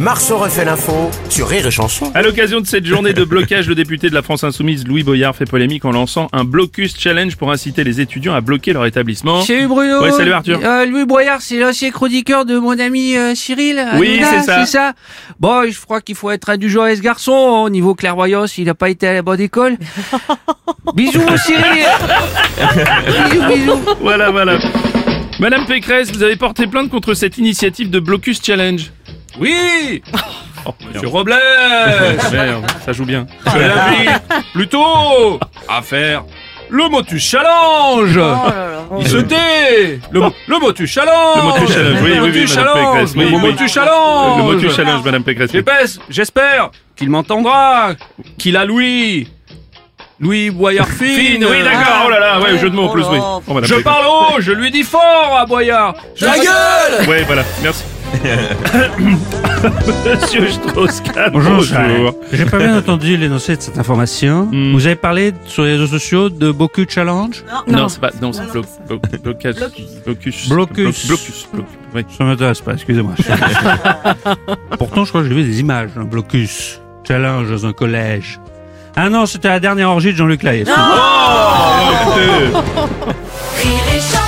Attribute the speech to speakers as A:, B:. A: Marceau refait l'info sur Rire et Chanson.
B: À l'occasion de cette journée de blocage, le député de la France Insoumise, Louis Boyard, fait polémique en lançant un blocus challenge pour inciter les étudiants à bloquer leur
C: Hein
B: établissement.
D: Salut Bruno.
B: Ouais, salut Arthur.
D: Euh, Louis Boyard, c'est l'ancien chroniqueur de mon ami euh, Cyril.
B: Oui,
D: Hanouna,
B: c'est ça.
D: Bon, je crois qu'il faut être indulgent à ce garçon. hein, Au niveau clairvoyance, il n'a pas été à la bonne école. bisous Cyril. bisous, bisous.
B: Voilà, voilà. Madame Pécresse, vous avez porté plainte contre cette initiative de blocus challenge.
C: Oui
B: Oh,
C: Monsieur
B: merde.
C: Robles
B: Merde, ça joue bien.
C: Je l'invite plutôt à faire le motu challenge
D: Oh
C: Il se tait Le, le motu challenge
B: Le motu challenge, oui, oui, oui,
C: Le motu
B: Madame
C: challenge
B: Pécresse, oui,
C: Le
B: oui.
C: motu challenge
B: Le motu challenge, Madame Pécresse. oui.
C: J'espère- J'espère qu'il m'entendra, qu'il a Louis, Louis Boyard
B: Fine,
C: Fine
B: oui, d'accord, oh là là, ouais, jeu de mots en plus, oui. Oh, Madame
C: Je
B: Pécresse.
C: parle haut, je lui dis fort à Boyard La gueule
B: Ouais, voilà, merci. Monsieur Strauss-Kahn,
E: Bonjour, Charles. J'ai pas bien entendu l'énoncé de cette information.
B: Hmm.
E: Vous avez parlé sur les réseaux sociaux de Boku Challenge
B: Non, c'est pas. Non, c'est blo- blo- blocage. Blocus.
E: Blocus.
B: Blo- Blocus. bloc- ouais.
E: Ça m'intéresse pas, excusez-moi. Pourtant, je crois que j'ai vu des images d'un Blocus Challenge dans un collège. Ah non, c'était la dernière orgie de Jean-Luc Lahaye.
B: Oh, mon Dieu.
F: Rire et Chanson.